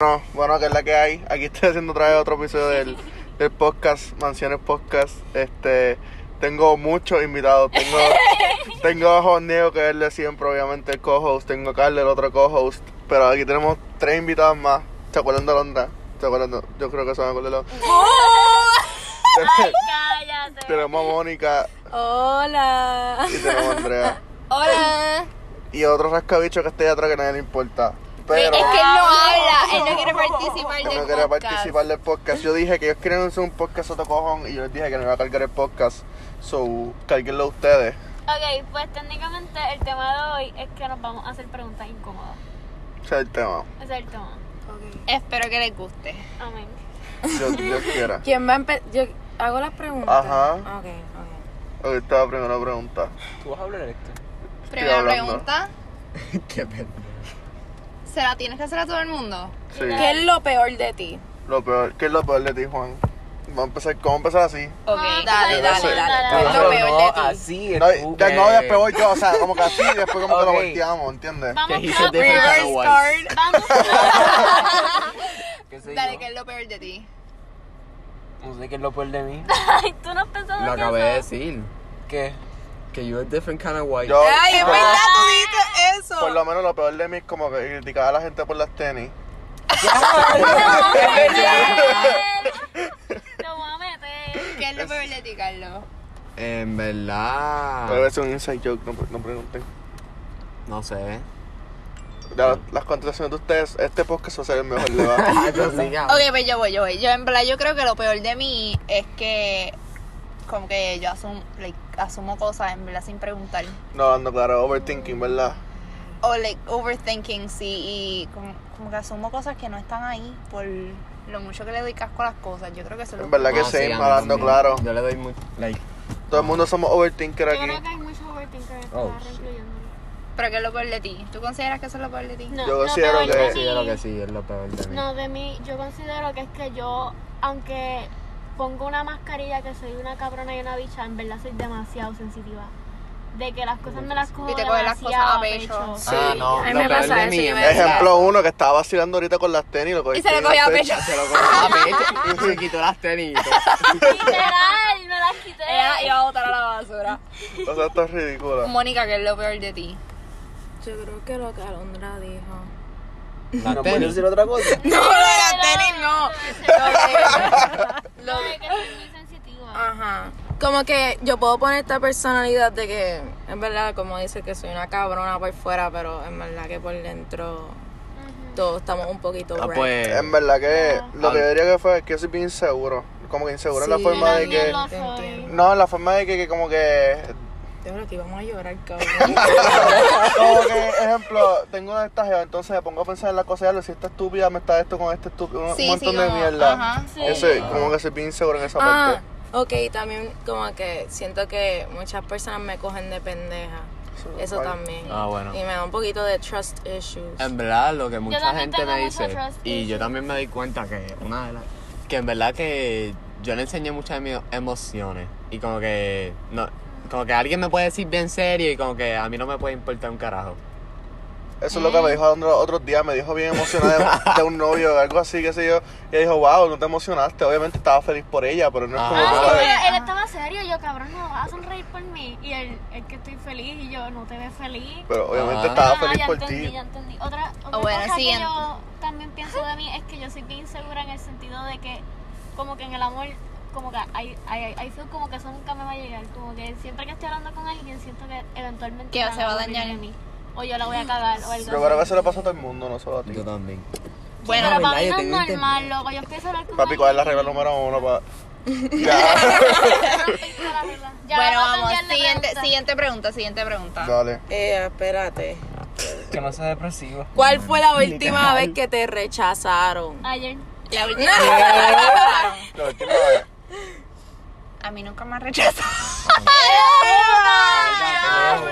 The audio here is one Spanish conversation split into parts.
No, bueno, que es la que hay. Aquí estoy haciendo otra vez otro episodio del, del podcast, Mansiones Podcast. Este, tengo muchos invitados. Tengo, tengo a Juan Diego, que es el de siempre, obviamente, el co-host. Tengo a Carlos, el otro co-host. Pero aquí tenemos tres invitados más. ¿Se acuerdan de Londra? ¿Se acuerdan? de- Yo creo que se van a acordar. Ay, cállate. tenemos a Mónica Hola. y tenemos a Andrea. Hola. Y otro rascabicho que está allá atrás que a nadie le importa. Es Pero... que él no habla, él no quiere participar Yo del no quería podcast. participar del podcast. Yo dije que ellos quieren hacer un podcast otro cojón y yo les dije que no iba a cargar el podcast. So, carguenlo ustedes. Ok, pues técnicamente el tema de hoy es que nos vamos a hacer preguntas incómodas. Ese es el tema. Ese es el tema. Espero que les guste. Amén. Yo, Dios quiera. ¿Quién va a empezar? Yo hago las preguntas. Ajá. Ok, ok. Ok, esta es la primera pregunta. ¿Tú vas a hablar esto? Estoy Primera hablando. pregunta, Qué pendejo. ¿se la tienes que hacer a todo el mundo? Sí. ¿Qué es lo peor de ti? Lo peor, ¿Qué es lo peor de ti, Juan? Vamos a empezar, ¿cómo empezar así? Ok, dale, yo sé. dale, Yo dale. ¿Qué es sé. lo peor de ti? Así es. No, tú, ya, eh. no, después voy yo, o sea, como que así y después como que lo Ok. volteamos, ¿entiendes? Vamos Que he rápido. said different kind of Reverse wives. Vamos ¿Qué sé Dale, yo? ¿qué es lo peor de ti? No sé qué es lo peor de mí. Ay, tú no has pensado en Lo acabé de eso? decir. ¿Qué? Que you're a different kind of white. Yo, Ay, es verdad, tú dijiste eso. por lo menos lo peor de mí es como que criticar a la gente por las tenis. Lo voy a meter. ¿Qué es lo peor de ti, Carlos? En Debe verdad. ser un inside joke, no, pre- no pregunten. No sé. Ya, las- las contestaciones de ustedes, este podcast va a ser el mejor de va. Ay, pero siga. Ok, pues yo voy, yo voy. Yo en verdad yo creo que lo peor de mí es que como que yo asum- like, asumo cosas en verdad sin preguntar. No, hablando claro, overthinking, ¿verdad? O like overthinking, sí, y como, como que asumo cosas que no están ahí por lo mucho que le doy casco a las cosas. Yo creo que eso es lo En verdad que No, sí, siga, hablando no, claro. Yo le doy mucho. Like. Todo el mundo somos overthinker Yo aquí. creo que hay muchos overthinkers Oh, oh, shit. incluyéndome. Pero ¿qué es lo peor de ti? ¿Tú consideras que eso es lo peor de ti? No, Yo lo considero peor que- de Yo considero mí- que sí, es lo peor de mí. Ah, No, de mí, yo considero que es que yo, aunque pongo una mascarilla que soy una cabrona y una bicha, en verdad soy demasiado sensitiva. De que las cosas me las cojo Y te coges las cosas demasiado a pecho. Ah, no. a mí Lo me peor pasa de eso, mí yo es- me- Ejemplo uno que estaba vacilando ahorita con las tenis. Lo Y se le cogía a pecho. Se lo cogió a pecho y se quitó las tenis. y todo. Literal, me las quité. Ella iba a botar a la basura. O sea, esto es ridículo. Mónica, ¿qué es lo peor de ti? Yo creo que lo que Alondra dijo. Las ¿No puedes tenis. decir otra cosa? No, lo de las tenis no. No, de que soy muy Ah, sensitiva. Ajá. Como que yo puedo poner esta personalidad de que, en verdad, como dice que soy una cabrona por fuera, pero en verdad que por dentro todos estamos un poquito Ah, wrecked. pues. En verdad que lo que Ah. yo diría que fue es que yo soy bien inseguro. Como que inseguro en la Sí, forma yo de También que. lo Te soy. entiendo. No, en la forma de que, que como que. Yo creo que íbamos a llorar, cabrón. Como que, ejemplo, tengo una estagia, entonces me pongo a pensar en las cosas y hablo, si esta estúpida me está esto con este estúpido. Un, un Sí, montón sí, de como- mierda. ajá. Sí. Eso, como que soy bien inseguro en esa ah, parte. ok, también como que siento que muchas personas me cogen de pendeja. Eso vale. también. Ah, bueno. Y me da un poquito de trust issues. En verdad, lo que mucha también gente tengo me mucho dice, trust y yo issues. también me di cuenta que una de las. que en verdad que yo le enseñé muchas de mis emociones. Y como que. No, como que alguien me puede decir bien serio y como que a mí no me puede importar un carajo. Eso es lo que me dijo Andro los otros días, me dijo bien emocionada de, de un novio o algo así, qué sé yo. Y ella dijo, wow, no te emocionaste. Obviamente estaba feliz por ella, pero no es como Ah, que, Ah, ¿sabes? sí, pero él estaba serio, yo cabrón, no vas a sonreír por mí. Y él, es que estoy feliz y yo no te ves feliz. Pero obviamente Ah. estaba Ah, feliz ya por entendí, ti. ya entendí. Otra, otra Oh, bueno, cosa siguiente. que yo también pienso de mí es que yo soy bien insegura en el sentido de que, como que en el amor, como que hay, hay, hay feel como que eso nunca me va a llegar. Como que siempre que estoy hablando con alguien, siento que eventualmente Que van se va a aburrir dañar. de mí. O yo la voy a cagar o algo Yo creo que así. eso le pasa a todo el mundo, no solo a ti. Yo también. Bueno, pero verdad, para mí yo no es tengo internet. normal, loco. Yo empiezo a hablar con Papi, ¿cuál es la regla alguien y- número uno? Pa? Ya, La regla. Ya bueno, vamos a vamos, cambiar de siguiente, pregunta. siguiente pregunta, siguiente pregunta. dale. Eh, espérate. Que no sea depresivo. ¿Cuál fue la última vez que te rechazaron? Ayer. La última vez que me rechazaron. La última vez. A mí nunca me han rechazado.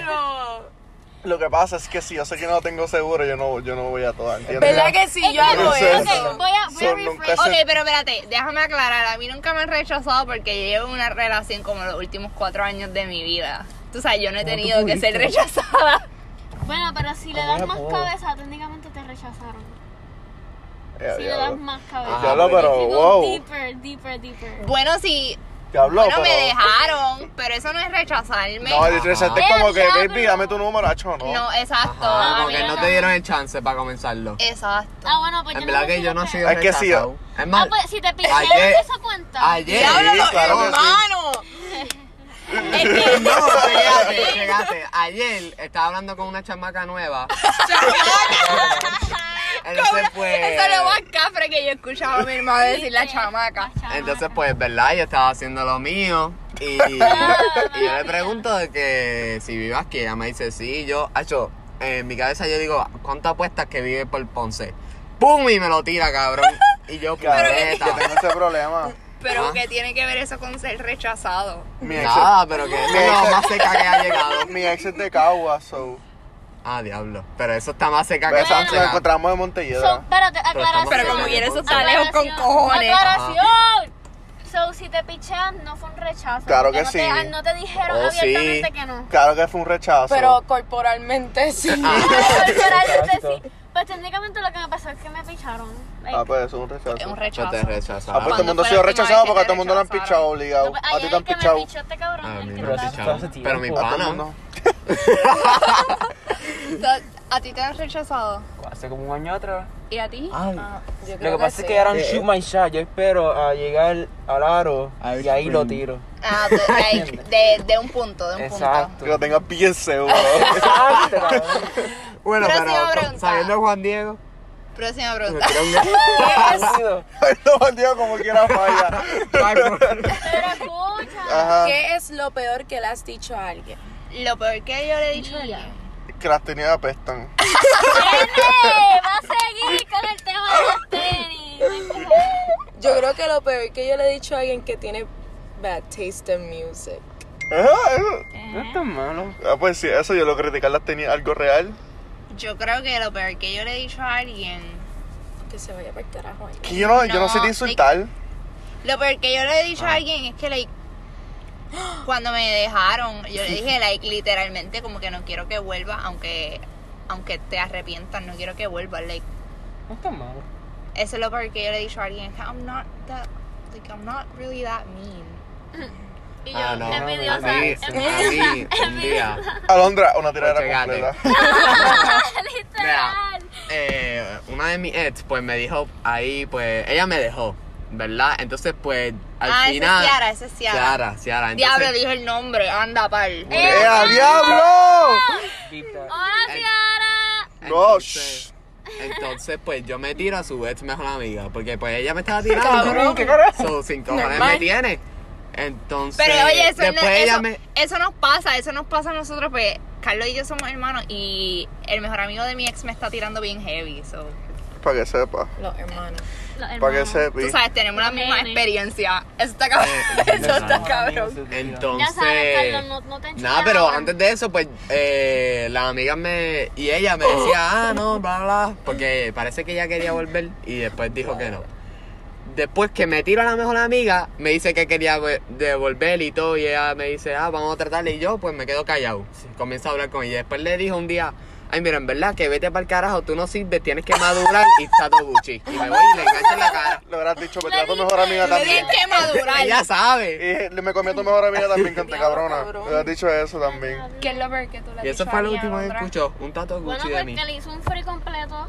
Lo que pasa es que si yo sé que no tengo seguro, yo no, yo no voy a todas, ¿entiendes? ¿Verdad que sí? Yo Ok, hago Entonces- eso. ok, voy a, voy a Son rephrase. nunca se- Ok, pero espérate, déjame aclarar. A mí nunca me han rechazado porque yo llevo una relación como los últimos cuatro años de mi vida. Tú sabes, yo no he tenido que ser rechazada. Bueno, pero si le ¿Cómo das le más puedo? cabeza, técnicamente te rechazaron. Ya, Sí, de diablo. las más cabezas. Diablo, pero bueno. She goes wow. Deeper, deeper, deeper. Bueno, sí, Diablo, bueno, me pero. dejaron, pero eso no es rechazarme. No, el resalté Ajá. como que, Diablo. baby, dame tu número, hacho, no. No, exacto. Ajá, como mí que no no me- te dieron el chance para comenzarlo. Exacto. Ah, bueno, pues yo En no verdad me que yo no he fijé. sido Es que sí, rechazado. Es Ah, más, pues si te Ayer- pincharon esa cuenta. ayer... Diablo, Sí, claro que sí. hermano. Es que no, espérate, espérate. Ayer estaba hablando con una chamaca nueva. Entonces, pues. Eso es lo más cafre que yo he escuchado a mi hermano decir la chamaca. Entonces, pues, ¿verdad? Yo estaba haciendo lo mío. Y, y yo le pregunto de que si vivo aquí. Ella me dice, sí, yo. Hacho, en mi cabeza yo digo, ¿cuántas apuestas que vive por Ponce? ¡Pum! Y me lo tira, cabrón. Y yo, Cabrón, que puñeta. tengo ese problema. Pero Ah. ¿qué tiene que ver eso con ser rechazado? Mi ex, Nada, pero que eso es lo más seca que ha llegado. mi ex es de Cagua, so. Ah, diablo. Pero eso está más seca que Pues, esa Nos seca. encontramos en So, Montelledra. espérate, aclaración. Pero como quiera, eso está Aclaración, lejos con cojones. Aclaración. So, si te pichean, no fue un rechazo. Claro porque que no sí. Te, ah, no te dijeron Oh, sí. abiertamente que no. Claro que fue un rechazo. Pero corporalmente sí. Corporalmente sí. Pues técnicamente lo que me pasó es que me picharon. Like, Ah, pues es un rechazo. Es un Yo rechazo. te Ah, pues rechazaba. todo el ¿Cuándo mundo ha fue sido la última rechazado vez que porque a te todo el mundo lo han rechazaron? pichado obligado. no, pues, a ti ayer te han el que pichado. me pichó este cabrón. Ah, A el mí que me Pero estaba- así chavo hace tiempo. Pero mi A Ah, todo el pana. mundo. ¿A ti te han rechazado? Hace como un año atrás. ¿Y a ti? Ay. Yo Lo creo que pasa es que sí. era un shoot my shot. Yo espero a llegar al aro A ver y ahí si- mm. lo tiro. Ah, de, ahí, de, de un punto, de un punto. Exacto. Que lo tengas bien seguro. Exacto, cabrón. Bueno, Próxima pero pregunta. sabiendo Juan Diego. Próxima me pregunta. tiró un- Rápido. Ay, no, maldito, como quiera falla. Pero escucha. Ajá. ¿Qué es lo peor que le has dicho a alguien? Lo peor que yo le he dicho a Mira. alguien. Que las tenis apestan. Nene, va a seguir con el tema de los tenis. Ay, por favor. Yo creo que lo peor que yo le he dicho a alguien que tiene bad taste in music. Ajá, eso- No es tan malo. Ah, pues sí, eso yo lo criticar las tenis algo real. Yo creo que lo peor que yo le he dicho a alguien. Que se vaya para el carajo. ahí. Que yo no, yo no sé No, te insultar. Lo peor que yo le he Ah. dicho a alguien es que, like, cuando me dejaron, yo le dije, like, literalmente, como que no quiero que vuelva, aunque, aunque te arrepientas, no quiero que vuelva. Like, No es tan malo. eso es lo peor que yo le he dicho a alguien. es que I'm not that, like, I'm not really that mean. Y yo, Ah, no. envidiosa. A mí, a mí, un día. Alondra, una tiradera Chécate. completa. Literal. eh, una de mis ex, pues me dijo ahí, pues ella me dejó, ¿verdad? Entonces, pues al ah, esa final. es Ciara, esa es Ciara. Ciara, Ciara. Diablo, Entonces, dijo el nombre, anda, pal. ¡Eh, a diablo! Hola, Ciara. No, entonces, entonces, pues yo me tiro a su ex mejor amiga, porque pues ella me estaba tirando. Cabrón, qué carajo. so, sin cojones me Normal. tiene. Entonces, Pero oye, eso, no, después ella eso, me. eso nos pasa, eso nos pasa a nosotros, pues Carlos y yo somos hermanos y el mejor amigo de mi ex me está tirando bien heavy, so. Para que sepa, Los hermanos. Los para que hermanos. sepa. Tú sabes, tenemos la misma Nene. experiencia. Eso Eh, está cabrón. Eso está cabrón. Ya Entonces. sabes, Carlos, no, no te enchiles Nada, pero ahora. antes de eso, pues, eh, las amigas me. Y ella me decía, ah, no, bla, bla, bla. Porque parece que ella quería volver y después dijo que no. Después que me tiro a la mejor amiga, me dice que quería ve- de volver y todo. Y ella me dice, ah, vamos a tratarle. Y yo, pues, me quedo callado. Comienzo a hablar con ella. Después le dijo un día, ay, mira, en verdad que vete para el carajo, tú no sirves, tienes que madurar y está todo buchi. Y me voy y le engancho en la cara. Le habrás dicho, me a tu mejor amiga Tú tienes también. que madurar. Ella sabe. Y le- me comí a tu mejor amiga también, cante cabrona. cabrón. Le has dicho eso también. ¿Qué es lo peor que tú le has Y eso dicho fue a lo alguien, último que Alondra? escuchó, un tato Bueno, pues, Gucci de mí. porque le hizo un free completo.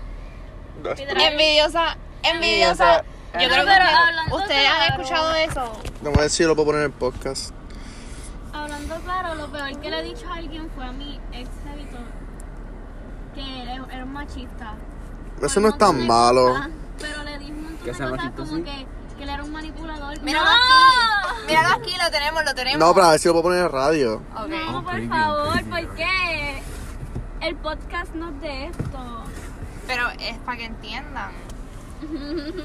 Envidiosa, envidiosa. Yo creo Pero que hablando ustedes han claro. escuchado eso. No me si lo puedo poner en el podcast. Hablando claro, lo peor que le he dicho a alguien fue a mi ex jevito, que era, era un machista. Eso Por no un es tan montón de malo. cosas, Pero le dije un montón de Que sea cosas machista, como sí. que, que él era un manipulador. Míralo ¡No! aquí. Míralo aquí, lo tenemos, lo tenemos. No, pero a ver si lo puedo poner en radio. Ok. No, por favor, ¿por qué? El podcast no es de esto. Pero es para que entiendan.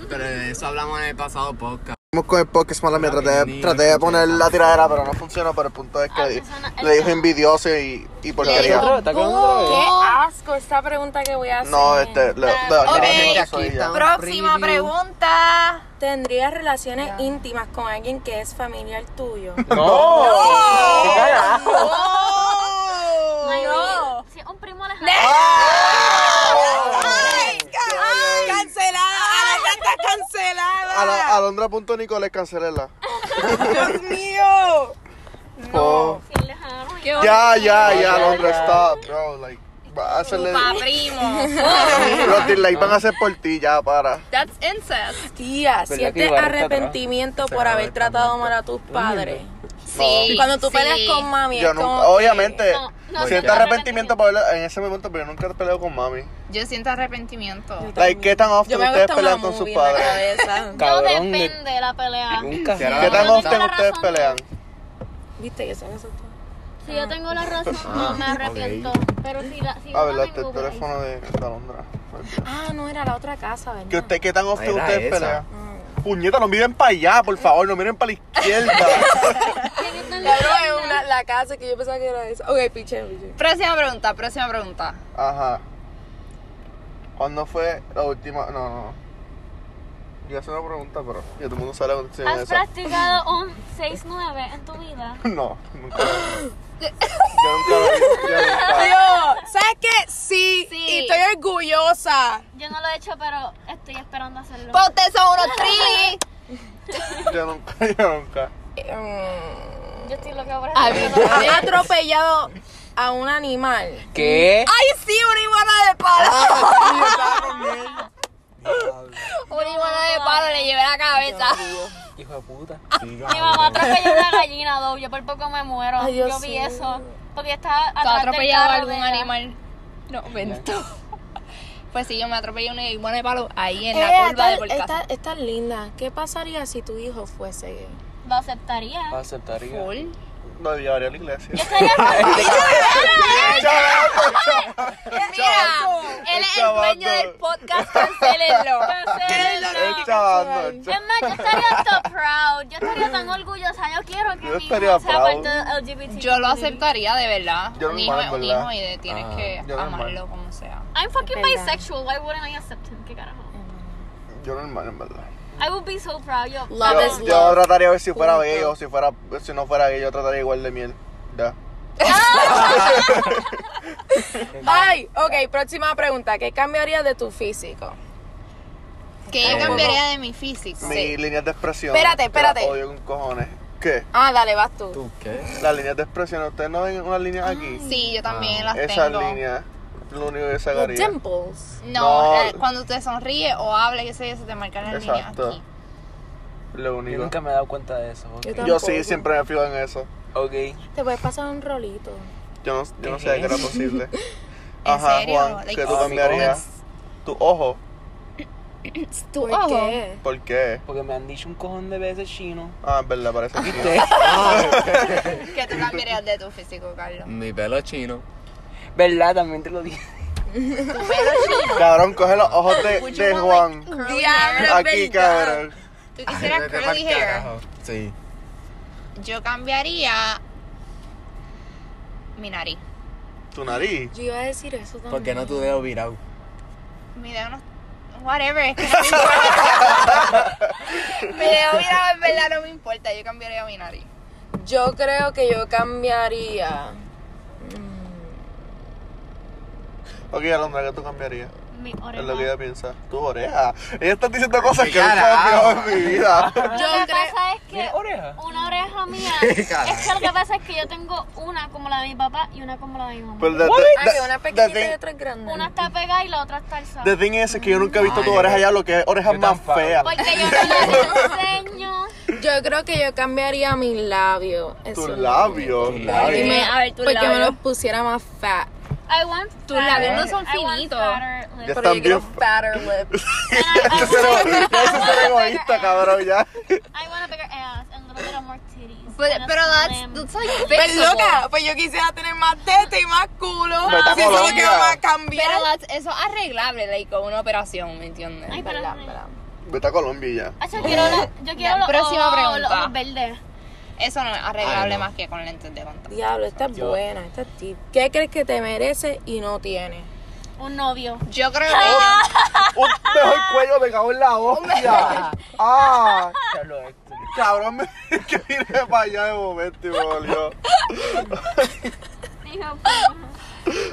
Pero de eso hablamos en el pasado podcast. Vamos con el podcast mala mía. Traté, de- Ni- traté de poner la tiradera, pero no funcionó. Pero el punto es Ah, que funciona. le dije envidioso y, y porquería. otra vez? ¿Está acabando otra vez? ¡Qué asco esta pregunta que voy a hacer! Ah. No, este, le, le, Ok. le- Aquí está. Próxima preview. pregunta. ¿Tendrías relaciones íntimas con alguien que es familiar tuyo? No. ¿Qué carajo? Ay, No. Si es un primo lejano. ¡Ay! ay, Ah, ¡Cancelada! cancelada. A la- Alondra.nicoles, cancelela. Dios mío. Oh. Bien lejano. Qué Ya, ya, ya, Ya, Alondra, ya. stop, bro. Like, va a Eh. hacerle. Papá, primo. Los dislikes van a hacer por ti, ya, para. That's incest. Tía, ¿Verdad que sientes Ibarra está arrepentimiento por Cerrado haber de tratado tanto. mal a tus padres. Sí. Cuando tú sí. peleas con mami, Yo es como nunca, que- obviamente, No, no siento siento arrepentimiento por haberla- en ese momento, pero yo nunca peleo con mami. Yo siento arrepentimiento. Like, ¿qué tan often Yo me ustedes gusta una pelean con sus movie en la padres? cabeza. No Cabrón, me- depende de la pelea. Nunca. Será ¿Qué tan la Yo tengo often la ustedes razón. pelean? Viste, yo se me asustó. Si yo tengo la razón, Ah. no me arrepiento. Pero si la. Si A yo ver, no este tengo, el pues, teléfono de de Alondra. Ah, no, era la otra casa, ¿verdad? ¿Qué, usted, ¿Qué tan often Era ustedes esa. pelean? Puñeta, no miren para allá, por favor, no miren para la izquierda. ¿quién está en la Cabrón, línea? es una, la casa que yo pensaba que era esa. Ok, piche, piche. Próxima pregunta, próxima pregunta. Ajá. ¿Cuándo fue la última? No, no, no. Yo iba a hacer una pregunta, pero ya todo el mundo sabe la contestación de ¿Has esa. practicado un 6-9 en tu vida? No, nunca. lo- yo nunca lo hice, yo nunca. Dios, ¿sabes qué? Sí, Sí. y estoy orgullosa. Yo no lo he hecho, pero estoy esperando hacerlo. Pues ustedes son unos trillis. Yo nunca, yo nunca. Yo estoy loca por Había hacerlo. atropellado a un animal. ¿Qué? ¡Ay, sí! ¡Una iguana de palo! Ah, Una iguana de palo le llevé la cabeza. Hijo de puta. Mi mamá atropelló una gallina, doble. Yo por poco me muero. Ay, yo Dios vi mío. eso. Porque estaba ¿Tú has atrás del atropellado a carro algún de ella. animal? No, bendito. Pues sí, yo me atropellé una iguana de palo ahí en Eh, la curva de está- Porcasa. está- está linda. ¿Qué pasaría si tu hijo fuese gay? Lo aceptaría. Aceptaría. Full. Lo llevaría a la iglesia. Mira, él es el Chavando. dueño del podcast, cancelenlo. Cancélenlo. El chavando, Es más, yo estaría tan proud. Yo estaría tan orgullosa. Yo quiero que Yo mi hijo estaría sea parte proud. del LGBT. Yo lo aceptaría de verdad. Yo un normal, hijo es un ¿verdad? hijo y de- tienes Ah, que yo normal. amarlo como sea. I'm Es fucking verdad. bisexual. Why wouldn't I accept him? ¿Qué carajo? Yo normal, en verdad. I would be so proud. Yo, Love is Yo, love. yo trataría de ver si fuera Punto. gay o si, fuera, si no fuera gay, yo trataría igual de miel. Ya. Ay, ok, próxima pregunta. ¿Qué cambiaría de tu físico? Que yo cambiaría de mi físico. Mis líneas de expresión. Espérate, que las espérate. Odio con cojones. ¿Qué? Ah, dale, vas tú. ¿Tú qué? Las líneas de expresión. ¿Ustedes no ven unas líneas aquí? Ah, Sí, yo también las Esas tengo. líneas. Lo único que Los sacaría. dimples. No, No. eh, cuando te sonríe o habla, que sé yo, se te marcan las Exacto. líneas aquí. Lo Yo único. nunca me he dado cuenta de eso. ok. Yo Yo Tampoco. sí, siempre me fijo en eso. Ok. Te puedes pasar un rolito. Yo no, yo no sabía que era posible. ¿En Ajá, serio? Juan, Like, ¿qué tú oh, cambiarías? Tu ojo, ¿Tú ¿Por ojo. qué? ¿por qué? Porque me han dicho un cojón de veces chino. Ah, es verdad, parece que ¿Viste? ¿Qué te cambiarías de tu físico, Carlos? Mi pelo chino. ¿Verdad? También te lo dije. Cabrón, coge los ojos de, Would you de want, Juan. like, curly hair? Diablo, Aquí, cabrón. ¿Tú quisieras Vete pa'l Ah, curly hair? carajo. Sí. Yo cambiaría mi nariz. Tu nariz. Yo iba a decir eso también. ¿Por qué no tu dedo virado? Mi dedo no. Whatever, es que no me importa. Mi dedo, mira, en verdad no me importa. Yo cambiaría mi nariz. Yo creo que yo cambiaría. mm, Ok, Alondra, ¿qué tú cambiarías? mi Es lo que oreja. ella piensa. Tu oreja. Ella está diciendo cosas que nunca he Carajo. fijado en mi vida. Ah. Lo que pasa es que ¿Tiene oreja? una oreja mía. Carajo. es que lo que pasa es que yo tengo una como la de mi papá y una como la de mi mamá. Pero the- the- Ah, the- que una the pequeñita thing- y otra es grande. Una está pegada y la otra está alzada. The thing es que yo nunca he visto tu Ay, oreja yo- ya, lo que es oreja yo más tampoco. fea. Porque yo no la enseño. Yo creo que yo cambiaría mis labios. Tus Eso. labios. Tus Y labios. me- A ver, tus porque me labios. los pusiera más fat. I want Tus fatter- labios no son I want finitos. fatter lips. Ya Pero yo están quiero bien. fatter lips. Eso es ser- eso es ser egoísta, cabrón, ya. I want a bigger ass and a little bit of more titties. But, and Pues, a pero that's, slim- that's like Pues fixable. loca, pues yo quisiera tener más teta y más culo. Vete a Si eso es lo que Colombia. va a Pero cambiar. that's, eso es arreglable, like, con una operación, ¿me entiendes? Ay, pero- Verdad, verdad. Vete a Colombia y ya. Ah, yo quiero, la- yo quiero Ya, los próxima ojos- pregunta. los ojos verdes. Eso no es arreglable Ay, no. más que con lentes de contacto. Diablo, esta es Yo- buena, esta es tip. ¿Qué crees que te mereces y no tienes? Un novio. Yo creo Ah. que Un mejor cuello me cago en la hostia. Ah, Carlos, esto. cabrón, me que vine para allá de momento y me dolió.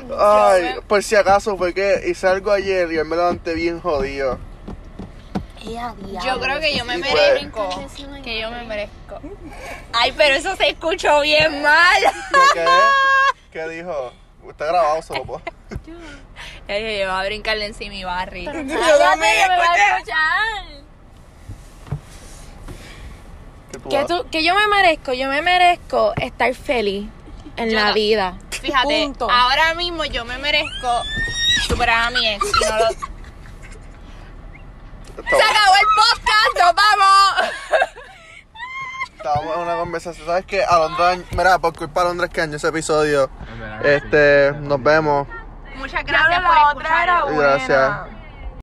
"Pues, Ay, por si acaso fue que hice algo ayer y yo me levanté bien jodido. yo... Yo creo que yo me Y pues. merezco. Que yo me merezco. Ay, pero eso se escuchó bien mal. ¿Qué, qué? ¿Qué dijo? Está grabado, se lo puedo. Ya dije, yo voy a brincarle encima y barri. Yo también me va a escuchar. ¿Qué tú Que, haces? tú, que yo me merezco, yo me merezco estar feliz en Yo la no. vida. Fíjate, Punto. ahora mismo yo me merezco superar a mi ex y no lo... Estamos- ¡Se acabó el podcast! ¡Nos vamos! Estábamos en una conversación. ¿Sabes qué? Alondra, mira, por culpa de Alondra es que año ese episodio. Este, nos vemos. Muchas gracias por escucharnos. Gracias.